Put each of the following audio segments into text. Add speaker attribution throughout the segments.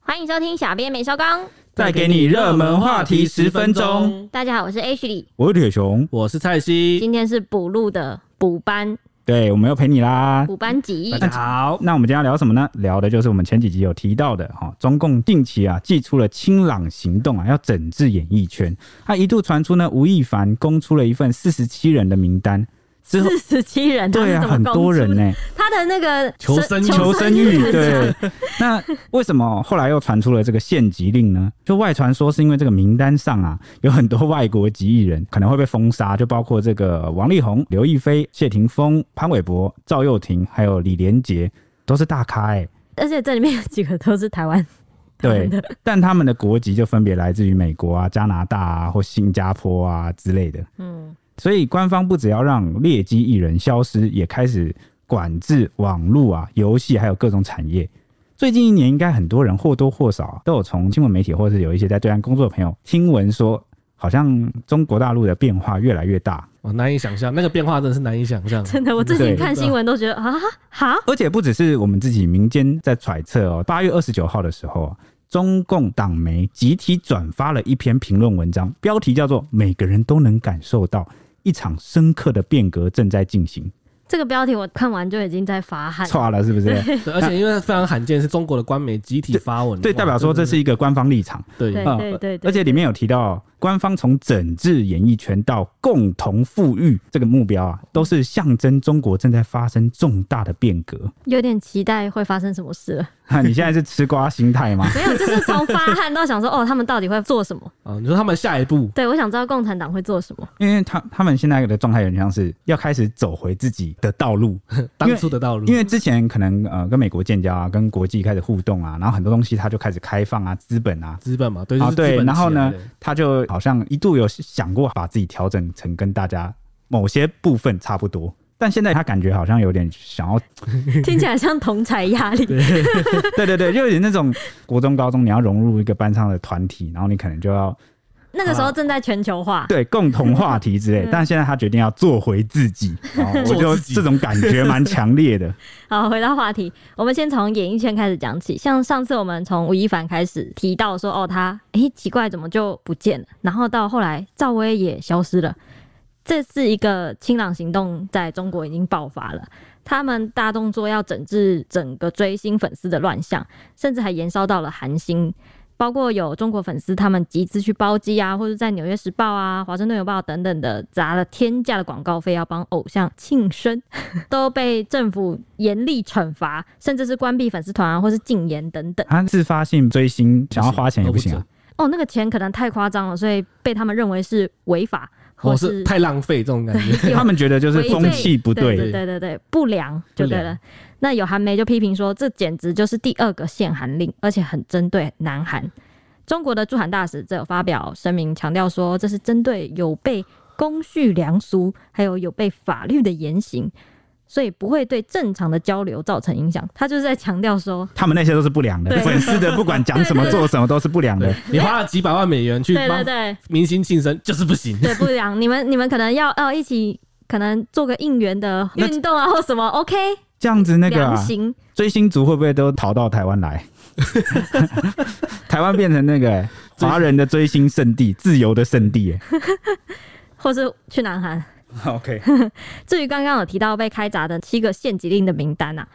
Speaker 1: 欢迎收听小编没收工。
Speaker 2: 带给你热门话题十分钟。
Speaker 1: 大家好，我是 H 李，
Speaker 2: 我是铁熊，
Speaker 3: 我是蔡西，
Speaker 1: 今天是补录的补班
Speaker 2: 对，我们又陪你啦。
Speaker 1: 补班集
Speaker 2: 啊
Speaker 3: 大。家好。
Speaker 2: 那我们今天要聊什么呢？聊的就是我们前几集有提到的哈、中共近期啊祭出了清朗行动啊，要整治演艺圈。他一度传出呢，吴亦凡公出了一份四十七人的名单，之后
Speaker 1: 四十七人，
Speaker 2: 对啊，
Speaker 1: 他是
Speaker 2: 很
Speaker 1: 怎么
Speaker 2: 多人呢、
Speaker 1: 供出他的那个
Speaker 3: 求生
Speaker 2: 求生
Speaker 1: 欲
Speaker 2: 欲
Speaker 1: 很
Speaker 2: 对。那为什么后来又传出了这个限籍令呢？就外传说是因为这个名单上啊，有很多外国籍艺人可能会被封杀，就包括这个王力宏、刘亦菲、谢霆锋、潘玮柏、赵又廷，还有李连杰，都是大咖 哎、
Speaker 1: 而且这里面有几个都是台湾
Speaker 2: 对
Speaker 1: 台湾的，
Speaker 2: 但他们的国籍就分别来自于美国啊、加拿大啊或新加坡啊之类的。
Speaker 1: 嗯，
Speaker 2: 所以官方不只要让劣迹艺人消失，也开始管制网络啊、游戏还有各种产业。最近一年，应该很多人或多或少啊都有从新闻媒体或是有一些在对岸工作的朋友听闻说，好像中国大陆的变化越来越大，
Speaker 3: 我难以想象那个变化，真的是难以想象。
Speaker 1: 真的，我最近
Speaker 2: 对
Speaker 1: 看新闻都觉得啊，好，
Speaker 2: 而且不只是我们自己民间在揣测哦。八月二十九号的时候啊，中共党媒集体转发了一篇评论文章，标题叫做《每个人都能感受到一场深刻的变革正在进行
Speaker 1: 这个标题我看完就已经在发》，汗。
Speaker 2: 错了是不是？
Speaker 3: 对，而且因为非常罕见，是中国的官媒集体发文，
Speaker 2: 对，
Speaker 3: 哇
Speaker 2: 代表说这是一个官方立场，
Speaker 3: 对
Speaker 1: 对
Speaker 2: 嗯
Speaker 1: 对对对，
Speaker 2: 而且里面有提到官方从整治演艺圈到共同富裕这个目标啊，都是象征中国正在发生重大的变革。
Speaker 1: 有点期待会发生什么事了。？
Speaker 2: 哈，你现在是吃瓜心态吗
Speaker 1: 没有，就是从发汗到想说，哦，他们到底会做什么？
Speaker 3: 啊，你说他们下一步
Speaker 1: 对我想知道共产党会做什 么。
Speaker 2: 因为他他们现在的状态有点像是要开始走回自己的道路，
Speaker 3: 当初的道路
Speaker 2: 因，为之前可能呃跟美国建交啊，跟国际开始互动啊，然后很多东西他就开始开放啊，资本啊，
Speaker 3: 资本嘛，对，就
Speaker 2: 啊
Speaker 3: 是资本
Speaker 2: 对，然后呢
Speaker 3: 起来的，
Speaker 2: 他就好像一度有想过把自己调整成跟大家某些部分差不多，但现在他感觉好像有点想 要，
Speaker 1: 听起来像同才压力。
Speaker 2: 对对对，就有点那种国中高中你要融入一个班上的团体，然后你可能就要
Speaker 1: 那个时
Speaker 2: 啊
Speaker 1: 候正在全球化，
Speaker 2: 对共同话题之 类，但现在他决定要做回自己，然后我
Speaker 3: 嗯哦做
Speaker 2: 就
Speaker 3: 自己
Speaker 2: 这种感觉蛮强烈的，
Speaker 1: 好，回到话题，我们先从演艺圈开始讲起。像上次我们从吴亦凡开始提到说，哦，他诶、奇怪怎么就不见了？然后到后来赵薇也消失了，这是一个清朗行动在中国已经爆发了。他们大动作要整治整个追星粉丝的乱象，甚至还延烧到了韩星，包括有中国粉丝他们集资去包机啊，或者在《纽约时报》啊、《华盛顿邮报》等等的砸了天价的广告费，要帮偶像庆生。 都被政府严厉惩罚，甚至是关闭粉丝团啊，或是禁言等等。
Speaker 2: 他自发性追星想要花钱也不行
Speaker 3: 哦
Speaker 2: 啊，
Speaker 1: 哦，那个钱可能太夸张了，所以被他们认为是违法，
Speaker 3: 或
Speaker 1: 或
Speaker 3: 哦是太浪费这种感觉，
Speaker 1: 对有
Speaker 2: 他们觉得就是
Speaker 1: 违
Speaker 2: 风
Speaker 1: 背
Speaker 2: 气不
Speaker 1: 对
Speaker 2: 对，
Speaker 1: 对对对对，不良就对
Speaker 3: 不
Speaker 1: 了
Speaker 3: 良。
Speaker 1: 那有韩媒就批评说，这简直就是第二个限韩令，而且很针对南韩。中国的驻韩大使则有发表声明，强调说这是针对有被公序良俗，还有有被法律的言行，所以不会对正常的交流造成影响。他就是在强调说，
Speaker 2: 他们那些都是不良的，
Speaker 1: 对
Speaker 2: 粉丝的不管讲什么做什么都是不良的
Speaker 3: 对。你花了几百万美元去
Speaker 1: 对对
Speaker 3: 帮
Speaker 1: 对，
Speaker 3: 明星庆生，就是不 行。
Speaker 1: 对，不良，你们你们可能要要一起，可能做个应援的
Speaker 2: 那
Speaker 1: 运动啊，或什么，OK，
Speaker 2: 这样子那个、
Speaker 1: 良
Speaker 2: 啊、
Speaker 1: 行
Speaker 2: 追星族会不会都逃到台湾来？台湾变成那个欸华、人的追星圣地，自由的圣地、欸。
Speaker 1: 或是去南韩。
Speaker 2: OK，
Speaker 1: 至于刚刚有提到被开闸的七个限级令的名单啊，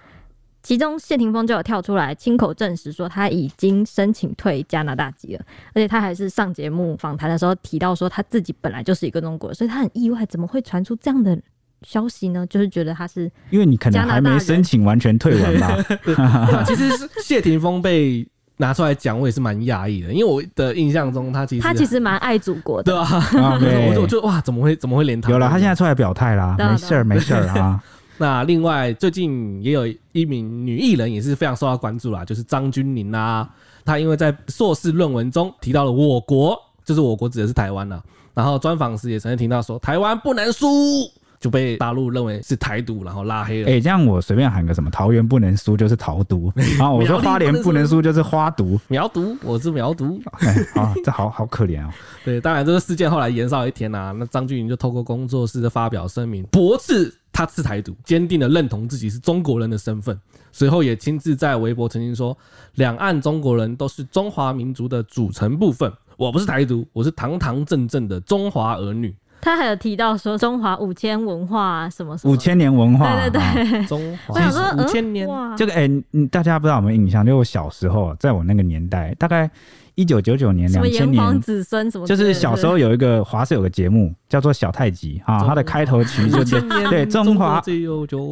Speaker 1: 其中谢霆锋就有跳出来亲口证实说他已经申请退加拿大籍了，而且他还是上节目访谈的时候提到说他自己本来就是一个中国人，所以他很意外怎么会传出这样的消息呢？就是觉得他是
Speaker 2: 因为你可能
Speaker 1: 加拿大
Speaker 2: 还没申请完全退完吧？
Speaker 3: 其实是谢霆锋被拿出来讲，我也是蛮讶异的，因为我的印象中他其实
Speaker 1: 他其实蛮爱祖国的，
Speaker 3: 对啊，
Speaker 2: 啊
Speaker 3: 我
Speaker 2: 对
Speaker 3: 就我就哇，怎么会怎么会连他？
Speaker 2: 有了，他现在出来表态啦，
Speaker 1: 对啊
Speaker 2: 没事儿，没事儿啊。
Speaker 3: 那另外，最近也有一名女艺人也是非常受到关注啦，就是张钧甯啦。她因为在硕士论文中提到了我国，就是我国指的是台湾啦。然后专访时也曾经听到说台湾不能输，就被大陆认为是台独，然后拉黑了。
Speaker 2: 哎、这样我随便喊个什么，桃园不能输就是桃毒，然后我说
Speaker 3: 苗栗
Speaker 2: 花莲不能输就是花毒。
Speaker 3: 苗独，我是苗独。
Speaker 2: 哎啊，这好好可怜哦。
Speaker 3: 啊对，当然这个事件后来延烧一天啦、那张钧甯就透过工作室的发表声明，驳斥他是台独，坚定的认同自己是中国人的身份。随后也亲自在微博澄清说，两岸中国人都是中华民族的组成部分，我不是台独，我是堂堂正正的中华 儿女。
Speaker 1: 他还有提到说中华五千文化、啊、什么什么，
Speaker 2: 五千年文化啊，
Speaker 1: 对对对
Speaker 3: 中
Speaker 1: 我想
Speaker 3: 华
Speaker 1: 说
Speaker 3: 五千年
Speaker 1: 嗯，哇
Speaker 2: 这个哎、嗯大家不知道有没有印象？就我小时候，在我那个年代，大概一九九九年、
Speaker 1: 什
Speaker 2: 两
Speaker 1: 么
Speaker 2: 千
Speaker 1: 炎黄
Speaker 2: 年，
Speaker 1: 子孙什么之
Speaker 2: 就
Speaker 1: 类的，
Speaker 2: 是小时候有一个华视有个节目叫做《小太极》啊，它的开头曲就
Speaker 3: 五
Speaker 2: 是
Speaker 3: 千年，
Speaker 2: 对中
Speaker 3: 中
Speaker 2: 华
Speaker 3: 国最悠久，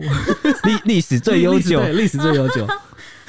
Speaker 2: 历历 史最悠久。
Speaker 3: 对历史最悠 久。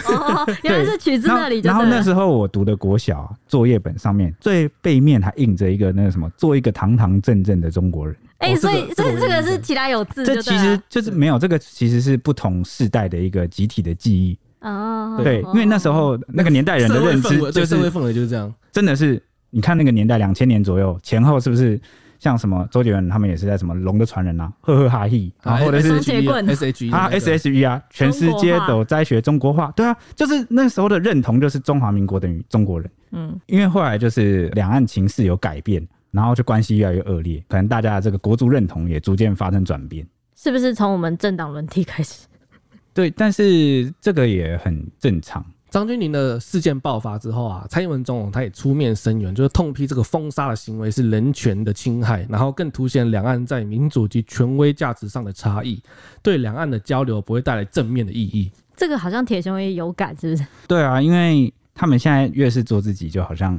Speaker 1: 哦，原来是取自
Speaker 2: 然
Speaker 1: 那
Speaker 2: 后
Speaker 1: 里就
Speaker 2: 然后
Speaker 1: 对
Speaker 2: 那
Speaker 1: 了。
Speaker 2: 时候我读的国小啊作业本上面最背面还印着一个那个什么，做一个堂堂正正的中国人。
Speaker 1: 哎，
Speaker 3: 哦这
Speaker 1: 所
Speaker 3: 个
Speaker 1: 以所以
Speaker 3: 这
Speaker 1: 这
Speaker 3: 个我
Speaker 1: 个
Speaker 3: 有印
Speaker 1: 是
Speaker 3: 象
Speaker 1: 其他有字就对
Speaker 2: 这
Speaker 1: 了，
Speaker 2: 其实就是没有这个，其实是不同世代的一个集体的记忆。
Speaker 1: 哦，
Speaker 2: 对，因为那时候那个年哎代人的
Speaker 3: 社会
Speaker 2: 认知
Speaker 3: 氛围，
Speaker 2: 就
Speaker 3: 对社会
Speaker 2: 是
Speaker 3: 氛围就是这样。
Speaker 2: 真的是，你看那个年代两千年左右前后是不是？像什么周杰伦他们也是在什么龙的传人啊，呵呵哈嘿，然后或者
Speaker 1: 哎
Speaker 2: 是
Speaker 1: 双截棍
Speaker 3: S H E
Speaker 2: 啊 S H E 啊，全世界都在学中国话，对啊，就是那时候的认同就是中华民国等于中国人。
Speaker 1: 嗯，
Speaker 2: 因为后来就是两岸情势有改变，然后就关系越来越恶劣，可能大家的这个国族认同也逐渐发生转变。
Speaker 1: 是不是从我们政党轮替开始？
Speaker 2: 对，但是这个也很正常。
Speaker 3: 张钧甯的事件爆发之后啊，蔡英文总统他也出面声援，就是痛批这个封杀的行为是人权的侵害，然后更凸显两岸在民主及权威价值上的差异，对两岸的交流不会带来正面的意义。
Speaker 1: 这个好像铁熊也有感，是不是？
Speaker 2: 对啊，因为他们现在越是做自己，就好像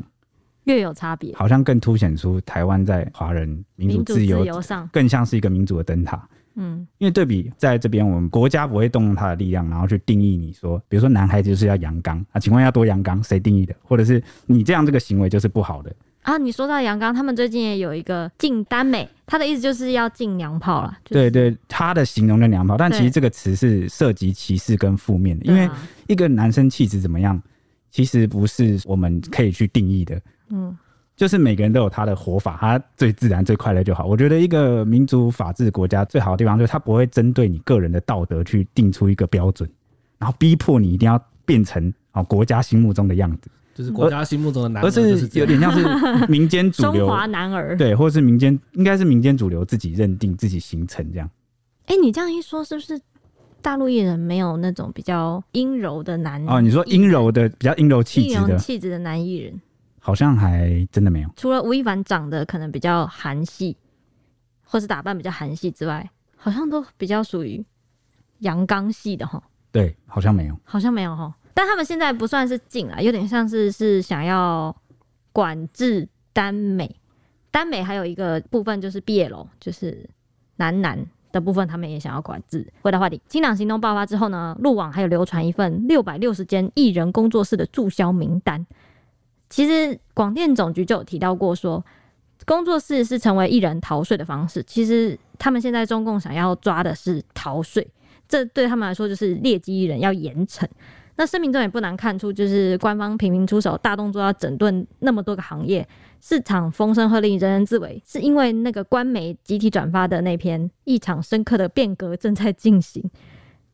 Speaker 1: 越有差别，
Speaker 2: 好像更凸显出台湾在华人民主
Speaker 1: 民主
Speaker 2: 自
Speaker 1: 自
Speaker 2: 由，
Speaker 1: 由上，
Speaker 2: 更像是一个民主的灯塔。
Speaker 1: 嗯，
Speaker 2: 因为对比在这边，我们国家不会动用它的力量，然后去定义你说，比如说男孩子就是要阳刚啊，请问要多阳刚，谁定义的？或者是你这样这个行为就是不好的？
Speaker 1: 啊，你说到阳刚，他们最近也有一个禁耽美，他的意思就是要禁娘炮了。就是
Speaker 2: 对，对，他的形容的娘炮，但
Speaker 1: 嗯对
Speaker 2: 其实这个词是涉及歧视跟负面的，因
Speaker 1: 对
Speaker 2: 为
Speaker 1: 啊
Speaker 2: 一个男生气质怎么样，其实不是我们可以去定义的，
Speaker 1: 嗯，
Speaker 2: 就是每个人都有他的活法，他最自然最快乐就好。我觉得一个民族法治国家最好的地方就是他不会针对你个人的道德去定出一个标准，然后逼迫你一定要变成哦国家心目中的样子，
Speaker 3: 就是国家心目中的
Speaker 2: 嗯
Speaker 3: 男
Speaker 2: 而
Speaker 3: 人就是
Speaker 2: 是
Speaker 3: 这
Speaker 2: 有
Speaker 3: 样
Speaker 2: 点像是民间主
Speaker 1: 中
Speaker 2: 流，
Speaker 1: 华男儿。
Speaker 2: 对，或者是民间应该是民间主流自己认定自己形成这样。
Speaker 1: 哎、你这样一说，是不是大陆艺人没有那种比较阴柔的男？
Speaker 2: 哦，你说阴柔的比较阴柔气
Speaker 1: 阴
Speaker 2: 质
Speaker 1: 柔
Speaker 2: 的，
Speaker 1: 气质的男艺人，
Speaker 2: 好像还真的没有。
Speaker 1: 除了吴亦凡长得可能比较韩系，或是打扮比较韩系之外，好像都比较属于阳刚系的哈，
Speaker 2: 对，好像没有。
Speaker 1: 好像没有哈。但他们现在不算是禁啊，有点像是是想要管制耽美，耽美还有一个部分就是 BL，就是男男的部分，他们也想要管制。回到话题，清朗行动爆发之后呢，路网还有流传一份六百六十间艺人工作室的注销名单。其实广电总局就有提到过说，工作室是成为艺人逃税的方式。其实他们现在中共想要抓的是逃税，这对他们来说就是劣迹艺人要严惩。那声明中也不难看出，就是官方频频出手，大动作要整顿那么多个行业，市场风声鹤唳，人人自危，是因为那个官媒集体转发的那篇“一场深刻的变革正在进行”，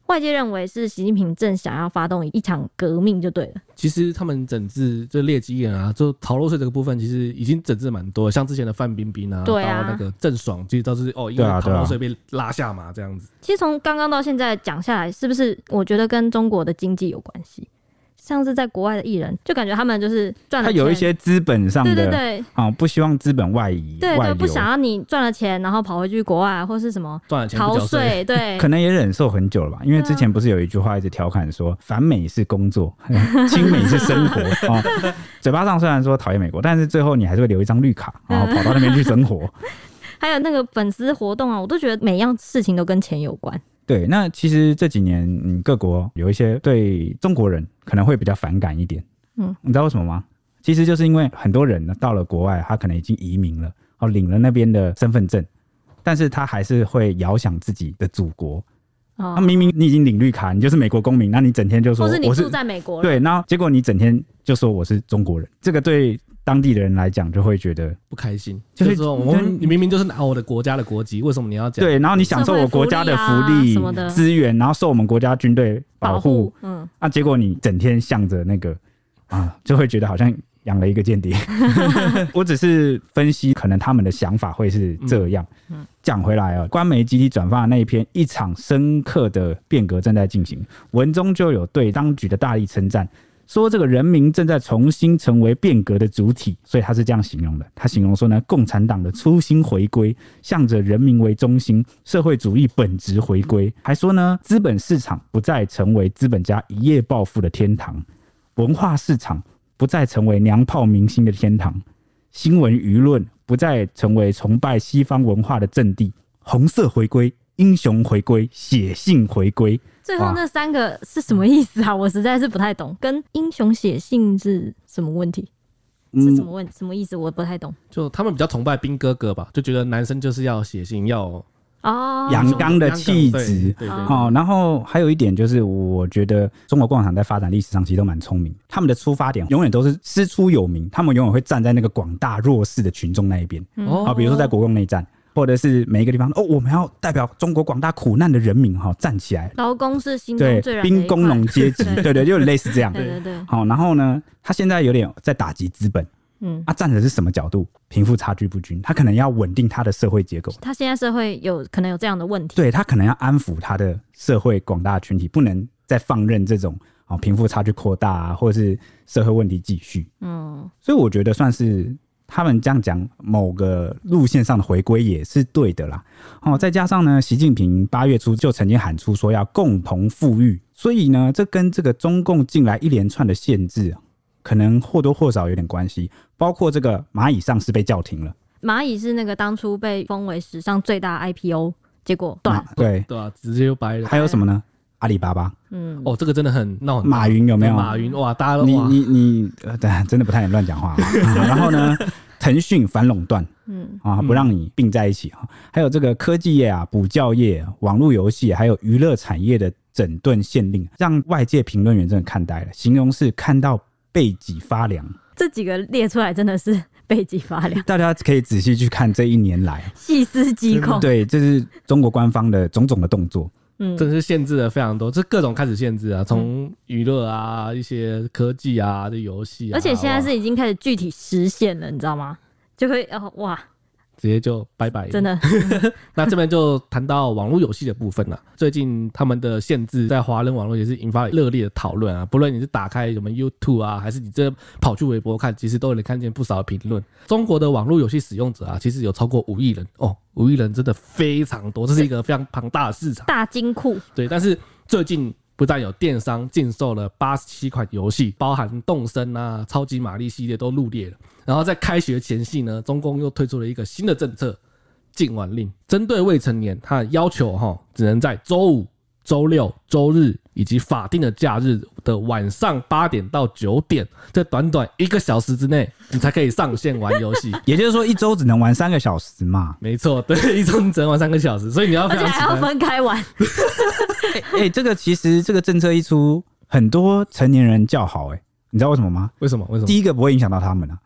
Speaker 1: 外界认为是习近平正想要发动一场革命就对了。
Speaker 3: 其实他们整治就劣迹艺人啊，就逃漏税这个部分，其实已经整治蛮多，像之前的范冰冰啊，
Speaker 1: 对啊
Speaker 3: 到那个郑爽，其实都是哦，因为
Speaker 2: 对啊
Speaker 3: 逃
Speaker 2: 对啊
Speaker 3: 漏税被拉下马这样子。
Speaker 1: 其实从刚刚到现在讲下来，是不是我觉得跟中国的经济有关系？像是在国外的艺人，就感觉他们就是赚了
Speaker 2: 他
Speaker 1: 钱，
Speaker 2: 有一些资本上
Speaker 1: 对对
Speaker 2: 的
Speaker 1: 对
Speaker 2: 啊、不希望资本外移
Speaker 1: 对对，
Speaker 2: 外流
Speaker 1: 不，想要你赚了钱，然后跑回去国外啊或是什么
Speaker 3: 赚了钱不
Speaker 1: 逃
Speaker 3: 缴税，
Speaker 1: 税，对
Speaker 2: 可能也忍受很久了吧。因为之前不是有一句话一直调侃
Speaker 1: 嗯
Speaker 2: 说，反美是 工作，亲美是生活啊、哦嘴巴上虽然说讨厌美国，但是最后你还是会留一张绿卡，然后
Speaker 1: 嗯
Speaker 2: 跑到那边去生活。
Speaker 1: 还有那个粉丝活动啊，我都觉得每样事情都跟钱有关。
Speaker 2: 对，那其实这几年嗯，各国有一些对中国人可能会比较反感一点。
Speaker 1: 嗯，
Speaker 2: 你知道为什么吗？其实就是因为很多人呢到了国外，他可能已经移民了，哦，领了那边的身份证，但是他还是会遥想自己的祖国。
Speaker 1: 哦
Speaker 2: 那、明明你已经领绿卡，你就是美国公民，那你整天就说
Speaker 1: 或是你
Speaker 2: 啊我
Speaker 1: 住
Speaker 2: 是
Speaker 1: 在美国了，
Speaker 2: 对，那结果你整天就说我是中国人，这个对当地的人来讲就会觉得
Speaker 3: 不开心，
Speaker 2: 就
Speaker 3: 就是是说我
Speaker 2: 跟
Speaker 3: 们你明明就是拿我的国家的国籍，为什么你要讲？
Speaker 2: 对，然后你享受我国家的福
Speaker 1: 社会福利啊
Speaker 2: 利
Speaker 1: 什么的
Speaker 2: 资源，然后受我们国家军队
Speaker 1: 保
Speaker 2: 保护
Speaker 1: 护，，嗯，
Speaker 2: 啊，结果你整天向着那个啊，就会觉得好像养了一个间谍。 我只是分析，可能他们的想法会是这样。讲回来啊，官媒集体转发的那一篇，一场深刻的变革正在进行，文中就有对当局的大力称赞。说这个人民正在重新成为变革的主体，所以他是这样形容的。他形容说呢，共产党的初心回归，向着人民为中心，社会主义本质回归。还说呢，资本市场不再成为资本家一夜暴富的天堂，文化市场不再成为娘炮明星的天堂，新闻舆论不再成为崇拜西方文化的阵地，红色回归。英雄回归，写信回归，
Speaker 1: 最后那三个是什么意思啊？我实在是不太懂，跟英雄写信是什么问题？
Speaker 2: 嗯
Speaker 1: 是什么问什么意思？我不太懂
Speaker 3: 就他们比较崇拜兵哥哥吧，就觉得男生就是要写信，要
Speaker 1: 哦。
Speaker 2: 阳刚的气质
Speaker 3: 对对对
Speaker 1: 哦
Speaker 2: 哦，然后还有一点就是，我觉得中国共产党在发展历史上其实都蛮聪明，他们的出发点永远都是师出有名，他们永远会站在那个广大弱势的群众那一边
Speaker 1: 嗯
Speaker 3: 哦
Speaker 2: 啊、比如说在国共内战，或者是每一个地方哦，我们要代表中国广大苦难的人民哈、站起来，
Speaker 1: 劳工是心
Speaker 2: 对
Speaker 1: 中最，软的一
Speaker 2: 兵
Speaker 1: 块
Speaker 2: 工农 阶级，
Speaker 1: 对
Speaker 2: 对对，就类似这样。哦
Speaker 1: 对对对，
Speaker 2: 好，然后呢，他现在有点在打击资本，
Speaker 1: 嗯，
Speaker 2: 他、站的是什么角度？贫富差距不均，他可能要稳定他的社会结构。
Speaker 1: 他现在社会有可能有这样的问题，
Speaker 2: 对他可能要安抚他的社会广大群体，不能再放任这种啊贫富差距扩大啊，或者是社会问题继续。
Speaker 1: 嗯，
Speaker 2: 所以我觉得算是他们这样讲某个路线上的回归也是对的啦。哦，再加上呢，习近平八月初就曾经喊出说要共同富裕，所以呢，这跟这个中共近来一连串的限制啊，可能或多或少有点关系，包括这个蚂蚁上市被叫停了，
Speaker 1: 蚂蚁是那个当初被封为史上最大 IPO，结果断了，
Speaker 2: 那对，
Speaker 3: 对啊，直接就掰了。
Speaker 2: 还有什么呢？阿里巴巴，
Speaker 1: 嗯，
Speaker 3: 哦，这个真的很闹很大
Speaker 2: 马云有没有？
Speaker 3: 马云哇，大家都
Speaker 2: 你
Speaker 3: 哇
Speaker 2: 你你，呃，对， 真的不太能乱讲话、啊然后呢，腾讯反垄断
Speaker 1: 嗯，
Speaker 2: 啊，不让你并在一起啊。还有这个科技业啊、补教业、网络游戏，还有娱乐产业的整顿限令，让外界评论员真的看呆了，形容是看到背脊发凉。
Speaker 1: 这几个列出来真的是背脊发 凉，
Speaker 2: 大家可以仔细去看这一年来，
Speaker 1: 细思极恐，
Speaker 2: 对，这是中国官方的种种的动作。
Speaker 1: 嗯，
Speaker 3: 真的是限制了非常多，这各种开始限制啊，从娱乐啊、一些科技啊、这游戏啊，
Speaker 1: 而且现在
Speaker 3: 哇
Speaker 1: 是已经开始具体实现了，你知道吗？就会哦哇，
Speaker 3: 直接就拜
Speaker 2: 嗯
Speaker 3: 拜。
Speaker 1: 真，的，
Speaker 3: 那这边就谈到网络游戏的部分了。最近他们的限制在华人网络也是引发了热烈的讨论啊，不论你是打开什么 YouTube 啊，还是你这跑去微博看，其实都能看见不少的评论。中国的网络游戏使用者啊，其实有超过五亿人哦，五亿人真的非常多，这是一个非常庞大的市场。
Speaker 1: 大金 库，
Speaker 3: 对，但是最近不但有电商禁售了八十七款游戏，包含动森啊、超级玛丽系列都入列了。然后在开学前夕呢，中共又推出了一个新的政策——禁玩令，针对未成年，它要求哈只能在周五、周六、周日以及法定的假日的晚上八点到九点，在短短一个小时之内，你才可以上线玩游戏。
Speaker 2: 也就是说，一周只能玩三个小时嘛。
Speaker 3: 没错，对，一周只能玩三个小时，所以你要非
Speaker 1: 而且
Speaker 3: 常
Speaker 1: 还要
Speaker 3: 喜欢
Speaker 1: 分开玩，
Speaker 2: 哎、这个其实这个政策一出，很多成年人叫好、哎，你知道为什么吗？
Speaker 3: 为什么？为什么？
Speaker 2: 第一个不会影响到他们啊。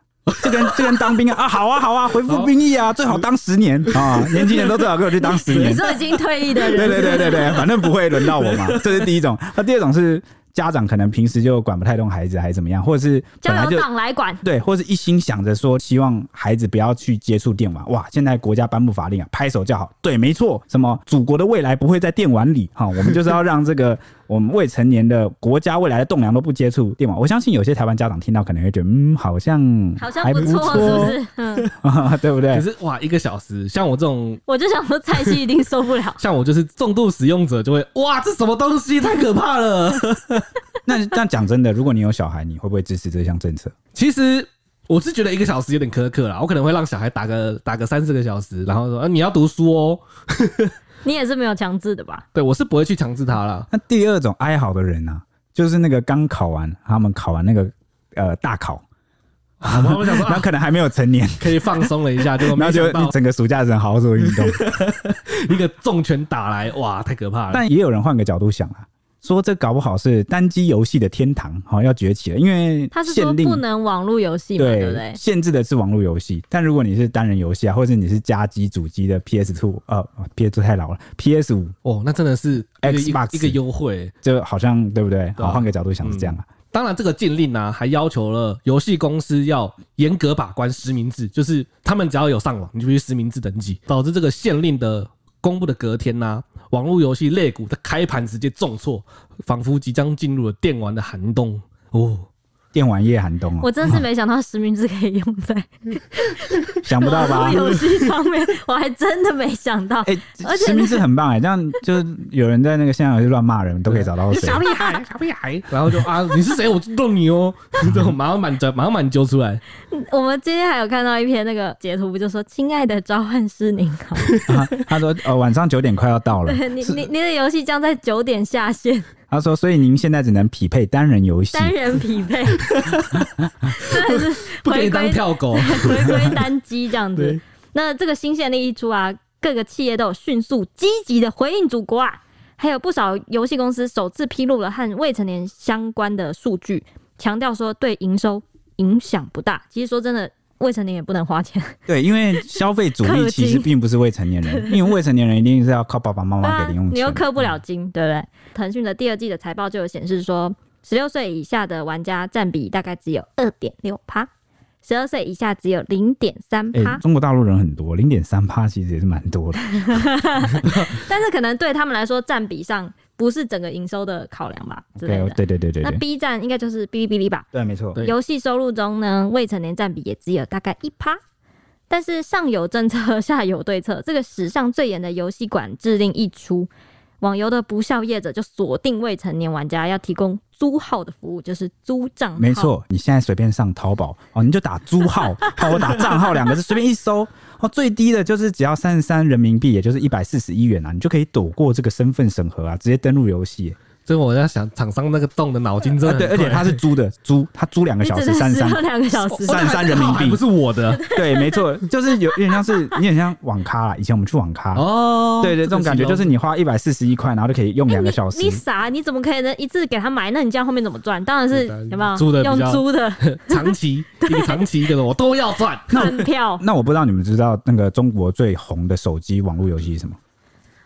Speaker 2: 这跟这跟当兵啊，啊好啊好啊，回复兵役 啊，最好当十年啊，年轻人都最好给我去当十
Speaker 1: 你
Speaker 2: 年。
Speaker 1: 说已经退役的人，
Speaker 2: 对对对对对，反正不会轮到我嘛，这是第一种。那、第二种是家长可能平时就管不太动孩子，还是怎么样，或者是
Speaker 1: 交
Speaker 2: 本来
Speaker 1: 由
Speaker 2: 就
Speaker 1: 党来管，
Speaker 2: 对，或是一心想着说希望孩子不要去接触电玩。哇，现在国家颁布法令啊，拍手叫好。对，没错，什么祖国的未来不会在电玩里哈、我们就是要让这个 我们未成年的国家未来的栋梁都不接触电玩。我相信有些台湾家长听到可能会觉得，嗯，好像
Speaker 1: 好像
Speaker 2: 还
Speaker 1: 不
Speaker 2: 错，
Speaker 1: 错，是不是？嗯，
Speaker 2: 啊， 对不对
Speaker 3: 可？是哇，一个小时，像我这种，
Speaker 1: 我就想说蔡西一定受不 了
Speaker 3: 像我就是重度使用者，就会哇，这什么东西太可怕了。
Speaker 2: 那但讲真的，如果你有小孩，你会不会支持这项政策？
Speaker 3: 其实我是觉得一个小时有点苛刻啦，我可能会让小孩打个打个三四个小时，然后说、啊、你要读书哦。
Speaker 1: 你也是没有强制的吧？
Speaker 3: 对我是不会去强制他啦。
Speaker 2: 那第二种哀嚎的人啊，就是那个刚考完，他们考完那个呃大考，
Speaker 3: 好吧，我想 说、
Speaker 2: 然后
Speaker 3: 啊、
Speaker 2: 可能还没有成年，
Speaker 3: 可以放松了一下，结果
Speaker 2: 然
Speaker 3: 没
Speaker 2: 后就
Speaker 3: 想
Speaker 2: 一
Speaker 3: 到
Speaker 2: 整个暑假只能好好做运 动。
Speaker 3: 一个重拳打来，哇，太可怕了。
Speaker 2: 但也有人换个角度想啊，说这搞不好是单机游戏的天堂，好、要崛起了，因为
Speaker 1: 他是说
Speaker 2: 限定
Speaker 1: 不能网络游戏嘛，对不对？
Speaker 2: 限制的是网络游戏。但如果你是单人游戏啊，或者你是家机、主机的 PS Two，呃，PS Two 太老了，PS 五
Speaker 3: 哦，那真的是一个一个
Speaker 2: Xbox
Speaker 3: 一个优惠。
Speaker 2: 就好像对不对？
Speaker 3: 对啊嗯
Speaker 2: 好，换个角度想是这样啊。
Speaker 3: 当然，这个禁令呢、啊还要求了游戏公司要严格把关实名制，就是他们只要有上网，你就去实名制登记，导致这个限令的公布的隔天呢、网络游戏类股的开盘直接重挫，仿佛即将进入了电玩的寒冬哦。
Speaker 2: 电玩业寒冬
Speaker 1: 我
Speaker 2: 哦，
Speaker 1: 真是没想到实名制可以用在
Speaker 2: 想不 到吧？
Speaker 1: 游戏上面，我还真的没想 到。
Speaker 2: 哎、
Speaker 1: 而且
Speaker 2: 实名制很棒哎、这样就是有人在那个现场游戏乱骂人，都可以找到
Speaker 3: 你
Speaker 2: 谁。
Speaker 3: 小屁孩，小屁孩，然后就啊， 你是谁？我就弄你哦， 这种马上把你揪，马上把你揪出来。
Speaker 1: 嗯我们今天还有看到一篇那个截图，不就说“亲爱的召唤师您 好
Speaker 2: 啊他说：“呃，晚上九点快要到”， 了。
Speaker 1: 对你你你的游戏将在九点下线，”
Speaker 2: 他说：“所以您现在只能匹配单人游戏。
Speaker 1: 单人匹 配，真的是
Speaker 3: 不可以
Speaker 1: 回
Speaker 3: 当
Speaker 1: 归
Speaker 3: 跳狗。
Speaker 1: 回归单机这样子
Speaker 2: 对。
Speaker 1: 那这个新限令一出啊，各个企业都有迅速积极的回应祖国啊，还有不少游戏公司首次披露了和未成年相关的数据，强调说对营收影响不大。其实说真的，未成年也不能花钱，
Speaker 2: 对，因为消费主力其实并不是未成年 人，因为未成年人一定是要靠爸爸妈妈给零用
Speaker 1: 啊你又
Speaker 2: 钱。
Speaker 1: 氪不了金，对不对？腾讯的第二季的财报就有显示说，十六岁以下的玩家占比大概只有二点六趴，十二岁以下只有零点三
Speaker 2: 哎、
Speaker 1: 趴，
Speaker 2: 中国大陆人很多，零点三趴其实也是蛮多的。
Speaker 1: 但是可能对他们来说，占比上不是整个营收的考量吧之类
Speaker 2: 对
Speaker 1: 的。
Speaker 2: 对对对对
Speaker 1: 那
Speaker 2: 对，
Speaker 1: B 站应该就是哔哩哔哩吧？
Speaker 2: 对，没错。
Speaker 3: 对
Speaker 1: 游戏收入中呢，未成年占比也只有大概一趴。但是上有政策， 下有对策，这个史上最严的游戏管制令一出，网游的不孝业者就锁定未成年玩家要提供租号的服务，就是租账号。
Speaker 2: 没，错，你现在随便上淘 宝哦，你就打租号，哦，我打账号两个字，随便一搜哦，最低的就是只要三十三人民币，也就是一百四十一元啊，你就可以躲过这个身份审核啊，直接登录游戏。
Speaker 3: 所以我在想，厂商那个动的脑筋真的
Speaker 2: 啊，对，
Speaker 3: 很
Speaker 2: 而且
Speaker 3: 快
Speaker 2: 他是租的，租他租两个
Speaker 1: 你
Speaker 2: 小
Speaker 1: 只
Speaker 2: 时
Speaker 1: 能
Speaker 2: 三
Speaker 1: 只
Speaker 2: 三，
Speaker 1: 有两个小
Speaker 3: 哦
Speaker 1: 时。
Speaker 2: 三
Speaker 3: 那
Speaker 2: 三人民币
Speaker 3: 还不是我的
Speaker 2: 对，没错，就是有有点像是有点像网咖啦，以前我们去网咖，
Speaker 3: 哦。
Speaker 2: 对对，这种感觉就是你花一百四十一块，然后就可以用
Speaker 3: 哎
Speaker 2: 两个小时
Speaker 1: 你。傻，你怎么可以能一次给他买？那你这样后面怎么赚？当然是
Speaker 3: 对当然
Speaker 1: 有没有
Speaker 3: 租的比较
Speaker 1: 用租 的
Speaker 3: 长期一个长期一个的，我都要赚。
Speaker 1: 饭票。
Speaker 2: 那我不知道你们知道那个中国最红的手机网络游戏是什么？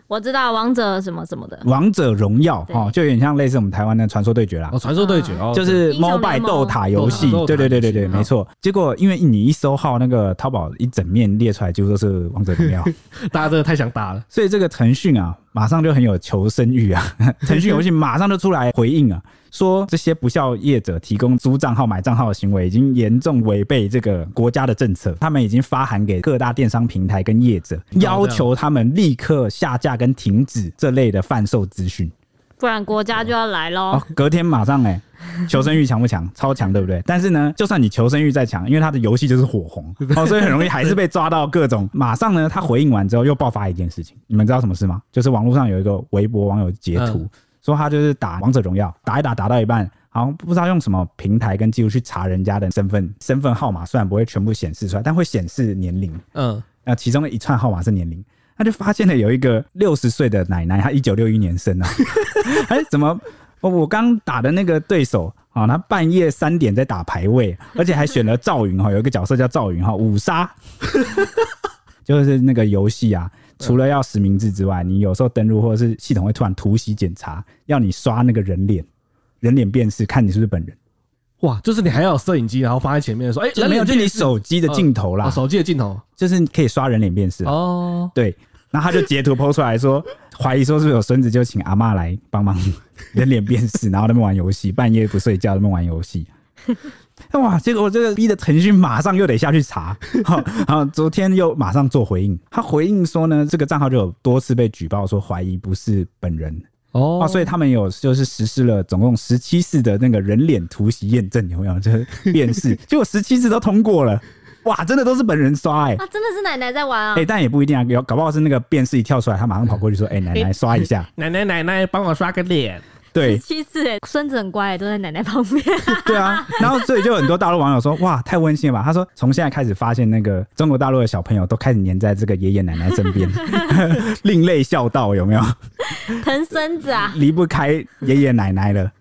Speaker 1: 我知道王者什么什么的
Speaker 3: 嗯
Speaker 2: 《王者荣耀》
Speaker 1: 对
Speaker 2: 哦，就有点像类似我们台湾的《传说对决》啦
Speaker 3: 哦，。传说对决哦，
Speaker 2: 就是
Speaker 1: 英雄联
Speaker 2: MOBA
Speaker 1: 盟
Speaker 2: 斗塔游戏
Speaker 3: 斗塔斗塔，
Speaker 2: 对对对对对，
Speaker 3: 游戏嗯
Speaker 2: 没错。结果因为你一搜号，那个淘宝一整面列出来几乎都是王者荣 耀，
Speaker 3: 大家真的太想打了。
Speaker 2: 所以这个腾讯啊，马上就很有求生欲啊。 腾讯游戏马上就出来回应啊，说这些不孝业者提供租账号、买账号的行为已经严重违背这个国家的政策，他们已经发函给各大电商平台跟业者，
Speaker 3: 哦这样
Speaker 2: 要求他们立刻下架跟停止这类的贩售资讯。
Speaker 1: 不然国家就要来喽。
Speaker 2: 哦，隔天马上哎、求生欲强不强？超强，对不对？但是呢，就算你求生欲再强，因为他的游戏就是火红，哦，所以很容易还是被抓到各种。马上呢，他回应完之后又爆发一件事情，你们知道什么事吗？就是网络上有一个微博网友截图，
Speaker 3: 嗯
Speaker 2: 说他就是打王者荣耀，打一打打到一半。好像不知道用什么平台跟记录去查人家的身份，身份号码虽然不会全部显示出来，但会显示年龄。
Speaker 3: 嗯，
Speaker 2: 那其中的一串号码是年龄，他就发现了有一个六十岁的奶奶，她一九六一年生啊， 哎，怎么哦我刚打的那个对手啊，他半夜三点在打排位，而且还选了赵云哈，有一个角色叫赵云哈，五杀， 就是那个游戏啊。除了要实名制之外，你有时候登录或者是系统会突然突袭检查，要你刷那个人脸，人脸辨识，看你是不是本人。
Speaker 3: 哇，就是你还要有摄影机，然后放在前面说，哎，
Speaker 2: 就没有，就你手机的镜头啦
Speaker 3: 啊，，手机的镜头
Speaker 2: 就是可以刷人脸辨识啊。
Speaker 3: 哦。
Speaker 2: 对，然后他就截图剖出来说，怀疑说是不是有孙子，就请阿嬷来帮忙人脸辨识，然后他们玩游戏，半夜不睡觉，他们玩游戏。哇！结果这个逼的腾讯马上又得下去查，好、然后昨天又马上做回应。他回应说呢，这个账号就有多次被举报说怀疑不是本人
Speaker 3: 哦
Speaker 2: 啊，所以他们有就是实施了总共十七次的那个人脸突袭验证，有没有？就是辨识，结果十七次都通过了，哇，真的都是本人刷哎、
Speaker 1: 啊，真的是奶奶在玩啊！
Speaker 2: 哎、但也不一定啊，有搞不好是那个辨识一跳出来，他马上跑过去说：“哎、奶奶刷一下。
Speaker 3: 奶奶奶奶，帮我刷个脸。”
Speaker 2: 对
Speaker 1: 其次，哎，孙子很乖欸，都在奶奶旁边。
Speaker 2: 对啊，然后所以就有很多大陆网友说：“哇，太温馨了吧！”他说：“从现在开始，发现那个中国大陆的小朋友都开始黏在这个爷爷奶奶身边， 另类孝道有没有？
Speaker 1: 疼孙子啊！
Speaker 2: 离不开爷爷奶奶了。”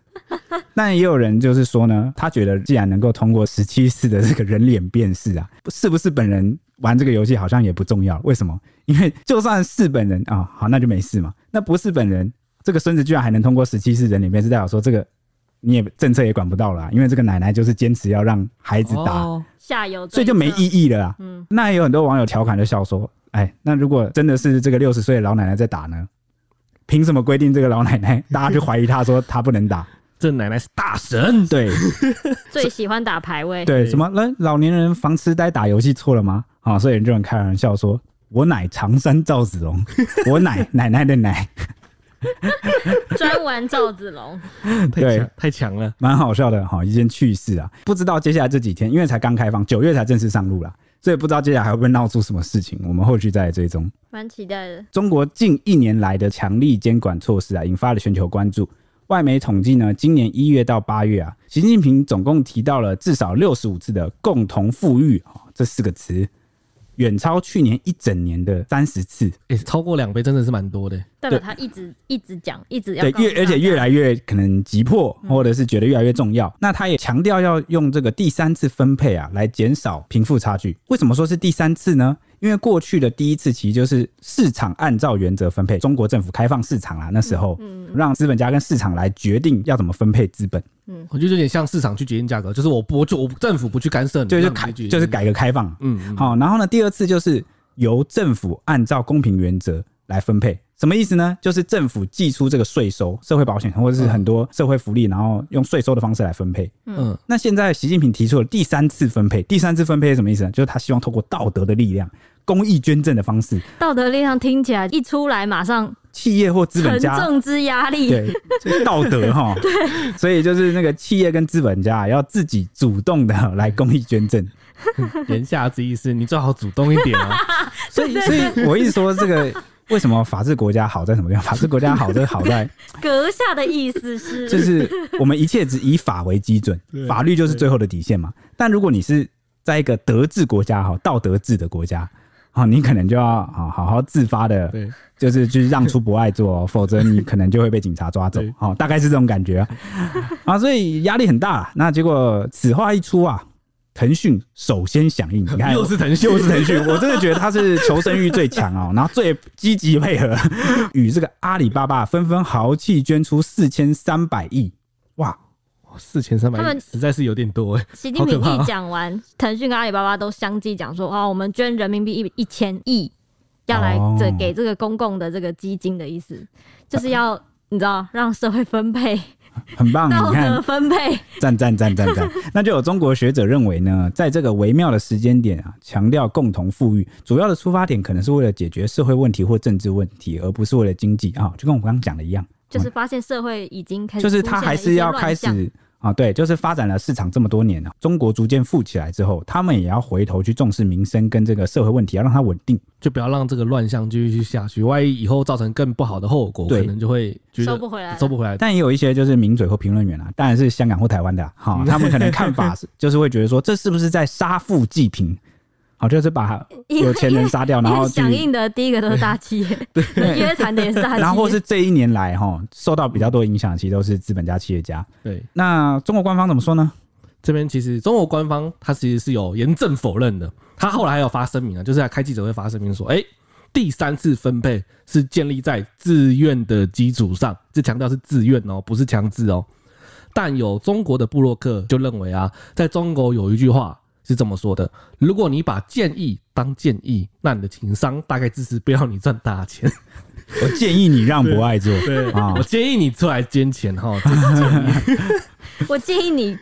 Speaker 2: 但也有人就是说呢，他觉得既然能够通过十七次的这个人脸辨识啊，是不是本人玩这个游戏好像也不重要？为什么？因为就算是本人啊、好，那就没事嘛。那不是本人，这个孙子居然还能通过十七次人脸辨识，代表说这个你也政策也管不到了啊、因为这个奶奶就是坚持要让孩子打，
Speaker 3: 哦
Speaker 1: 下游对策，
Speaker 2: 所以就没意义了啊。
Speaker 1: 嗯，
Speaker 2: 那也有很多网友调侃就笑说：“哎，那如果真的是这个六十岁的老奶奶在打呢？凭什么规定这个老奶 奶？大家就怀疑她说她不能打。
Speaker 3: 这奶奶是大神，
Speaker 2: 对
Speaker 1: 最喜欢打排位，
Speaker 2: 对，什么那老年人防痴呆打游戏错了吗？啊、所以人就很开玩笑说：我乃常山赵子龙， 我乃奶奶的奶，
Speaker 1: 专玩赵子龙，
Speaker 3: 太强太强了。
Speaker 2: 蛮好笑的哈、一件趣事啊。不知道接下来这几天，因为才刚开放，九月才正式上路啦，所以不知道接下来还会不会闹出什么事情，我们后续再来追踪。”
Speaker 1: 蛮期待的。
Speaker 2: 中国近一年来的强力监管措施啊，引发了全球关注。外媒统计呢，今年一月到八月啊，习近平总共提到了至少六十五次的“共同富裕”哦、这四个词，远超去年一整年的三十次。
Speaker 3: 哎、超过两杯真的是蛮多的。
Speaker 1: 代表他一直一直讲，一直要
Speaker 2: 对
Speaker 1: 告，诉
Speaker 2: 越
Speaker 1: 大
Speaker 2: 而且
Speaker 1: 家嗯
Speaker 2: 越来越可能急迫，或者是觉得越来越重要。那他也强调要用这个第三次分配啊，来减少贫富差距。为什么说是第三次呢？因为过去的第一次其实就是市场按照原则分配，中国政府开放市场啊，那时候
Speaker 1: 嗯
Speaker 2: 让资本家跟市场来决定要怎么分配资本，
Speaker 3: 我觉得有点像市场去决定价格，就是我不就我政府不去干涉你，
Speaker 2: 就是
Speaker 3: 让你
Speaker 2: 改
Speaker 3: 去决定
Speaker 2: 就是，改革开放。
Speaker 3: 嗯，嗯
Speaker 2: 好、然后呢，第二次就是由政府按照公平原则来分配。什么意思呢？就是政府寄出这个税收、社会保险或者是很多社会福利，然后用税收的方式来分配。
Speaker 3: 嗯，
Speaker 2: 那现在习近平提出了第三次分配，第三次分配是什么意思呢？就是他希望透过道德的力量、公益捐赠的方式，
Speaker 1: 道德力量听起来一出来马上
Speaker 2: 企业或资本
Speaker 1: 沉
Speaker 2: 家
Speaker 1: 重之压力，
Speaker 2: 对这道德哈，所以就是那个企业跟资本家要自己主动的来公益捐赠。
Speaker 3: 言下之意是你最好主动一点啊。
Speaker 2: 所以，所以我一直说这个为什么法治国家好在什么地方？法治国家好就是好在
Speaker 1: 阁下的意思是，
Speaker 2: 就是我们一切只以法为基准
Speaker 3: 对，
Speaker 2: 法律就是最后的底线嘛。但如果你是在一个德治国家哈，道德治的国家。啊，你可能就要啊好好自发的
Speaker 3: 对，
Speaker 2: 就是去让出博爱做、 哦，否则你可能就会被警察抓走
Speaker 3: 对。
Speaker 2: 好、大概是这种感觉啊，啊所以压力很大啦。那结果此话一出啊，腾讯首先响应，你看
Speaker 3: 又是腾讯
Speaker 2: 又是腾讯， 我真的觉得他是求生欲最强哦，然后最积极配合，与这个阿里巴巴纷纷豪气捐出四千三百亿，哇！
Speaker 3: 四千三百
Speaker 1: 他
Speaker 3: 亿
Speaker 1: 们
Speaker 3: 实在是有点多哎。
Speaker 1: 习近平
Speaker 3: 好可怕
Speaker 1: 一
Speaker 3: 啊
Speaker 1: 讲完，腾讯跟阿里巴巴都相继讲说，哦，我们捐人民币一一千亿，要来
Speaker 2: 哦
Speaker 1: 这给这个公共的这个基金的意思，就是要你知道让社会分配、
Speaker 2: 很棒，
Speaker 1: 道
Speaker 2: 你看
Speaker 1: 德分配，
Speaker 2: 赞赞赞赞 赞！那就有中国学者认为呢，在这个微妙的时间点啊，强调共同富裕，主要的出发点可能是为了解决社会问题或政治问题，而不是为了经济啊、就跟我们刚刚讲的一样，
Speaker 1: 就是发现社会已经开始
Speaker 2: 就
Speaker 1: 出现
Speaker 2: 是
Speaker 1: 了一些
Speaker 2: 他还是要
Speaker 1: 乱
Speaker 2: 开
Speaker 1: 象
Speaker 2: 始啊，对，就是发展了市场这么多年啊，中国逐渐富起来之后，他们也要回头去重视民生跟这个社会问题，要让它稳定。
Speaker 3: 就不要让这个乱象继续下去，万一以后造成更不好的后果，
Speaker 2: 对
Speaker 3: 可能就会觉得
Speaker 1: 收不回来了
Speaker 3: 收不回来。
Speaker 2: 但也有一些就是名嘴或评论员啊，当然是香港或台湾的啦，哈、 他们可能看法是就是会觉得说，这是不是在杀富济贫？好，就是把
Speaker 1: 因为
Speaker 2: 有钱人杀掉，然
Speaker 1: 因为
Speaker 2: 后去
Speaker 1: 响应的第一个都是大企 业，约谈的也是大企业，
Speaker 2: 然后或是这一年来哈，受到比较多影响，其实都是资本家、企业家。
Speaker 3: 对，
Speaker 2: 那中国官方怎么说呢？
Speaker 3: 这边其实中国官方他其实是有严正否认的，他后来还有发声明啊，就是在开记者会发声明说，哎、第三次分配是建立在自愿的基础上，这强调是自愿哦，不是强制哦。但有中国的布洛克就认为啊，在中国有一句话是这么说的：如果你把建议当建议，那你的情商大概只是不要你赚大钱。
Speaker 2: 我建议你让博爱做
Speaker 3: 对
Speaker 2: 啊
Speaker 3: 我，建议你出来捐钱哈，啊这
Speaker 1: 我建议你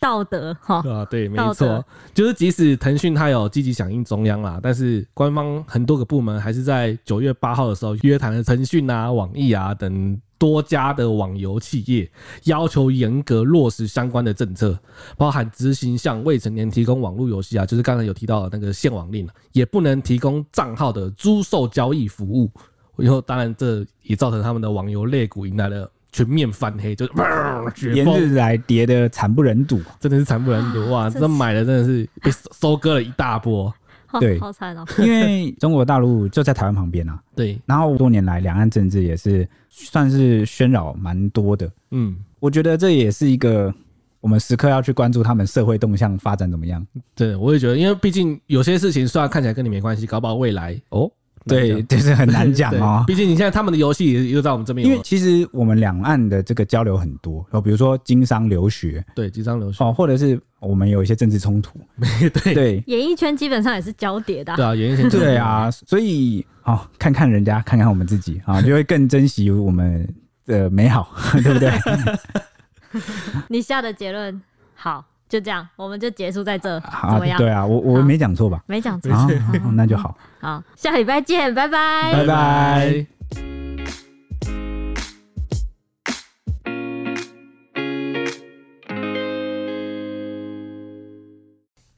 Speaker 1: 道德哈，
Speaker 3: 对啊，对，没
Speaker 1: 道
Speaker 3: 错
Speaker 1: 德，
Speaker 3: 就是即使腾讯它有积极响应中央啦，但是官方很多个部门还是在九月八号的时候约谈了腾讯啊、网易啊等多家的网游企业，要求严格落实相关的政策，包含执行向未成年提供网络游戏啊，就是刚才有提到的那个限网令啊，也不能提供账号的租售交易服务。以后当然这也造成他们的网游类股迎来了全面翻黑，就是、 绝
Speaker 2: 连
Speaker 3: 风
Speaker 2: 日来跌得惨不忍睹。
Speaker 3: 真的是惨不忍睹哇！
Speaker 1: 啊真
Speaker 3: 这
Speaker 1: 是
Speaker 3: 买的真的是被收收割了一大波。
Speaker 1: 好
Speaker 2: 对
Speaker 1: 好惨 哦，
Speaker 2: 因为中国大陆就在台湾旁边啊，
Speaker 3: 对，
Speaker 2: 然后多年来两岸政治也是算是喧扰蛮多的。
Speaker 3: 嗯，
Speaker 2: 我觉得这也是一个我们时刻要去关注他们社会动向发展怎么样。
Speaker 3: 对，我也觉得，因为毕竟有些事情虽然看起来跟你没关系，搞不好未来哦，
Speaker 2: 对，就是很难讲哦
Speaker 3: 对。毕竟你现在他们的游戏也又在我们这边
Speaker 2: 因
Speaker 3: 有
Speaker 2: 为
Speaker 3: 了，
Speaker 2: 其实我们两岸的这个交流很多，哦，比如说经商、留学
Speaker 3: 对，即将流水，
Speaker 2: 哦，或者是我们有一些政治冲突，
Speaker 3: 对
Speaker 2: 对
Speaker 1: 演艺圈基本上也是交叠的啊、
Speaker 3: 对啊，演艺圈
Speaker 2: 对，啊，所以好、哦、看看人家，看看我们自己啊、就会更珍惜我们的美好， 对不对？
Speaker 1: 你下的结论好，就这样，我们就结束在这，
Speaker 2: 啊
Speaker 1: 怎么，样？
Speaker 2: 对啊，我我
Speaker 1: 好
Speaker 2: 没讲错吧？
Speaker 1: 没讲错，
Speaker 2: 啊，好那就好。
Speaker 1: 好，下礼拜见，拜拜。
Speaker 3: 啊
Speaker 2: 拜拜。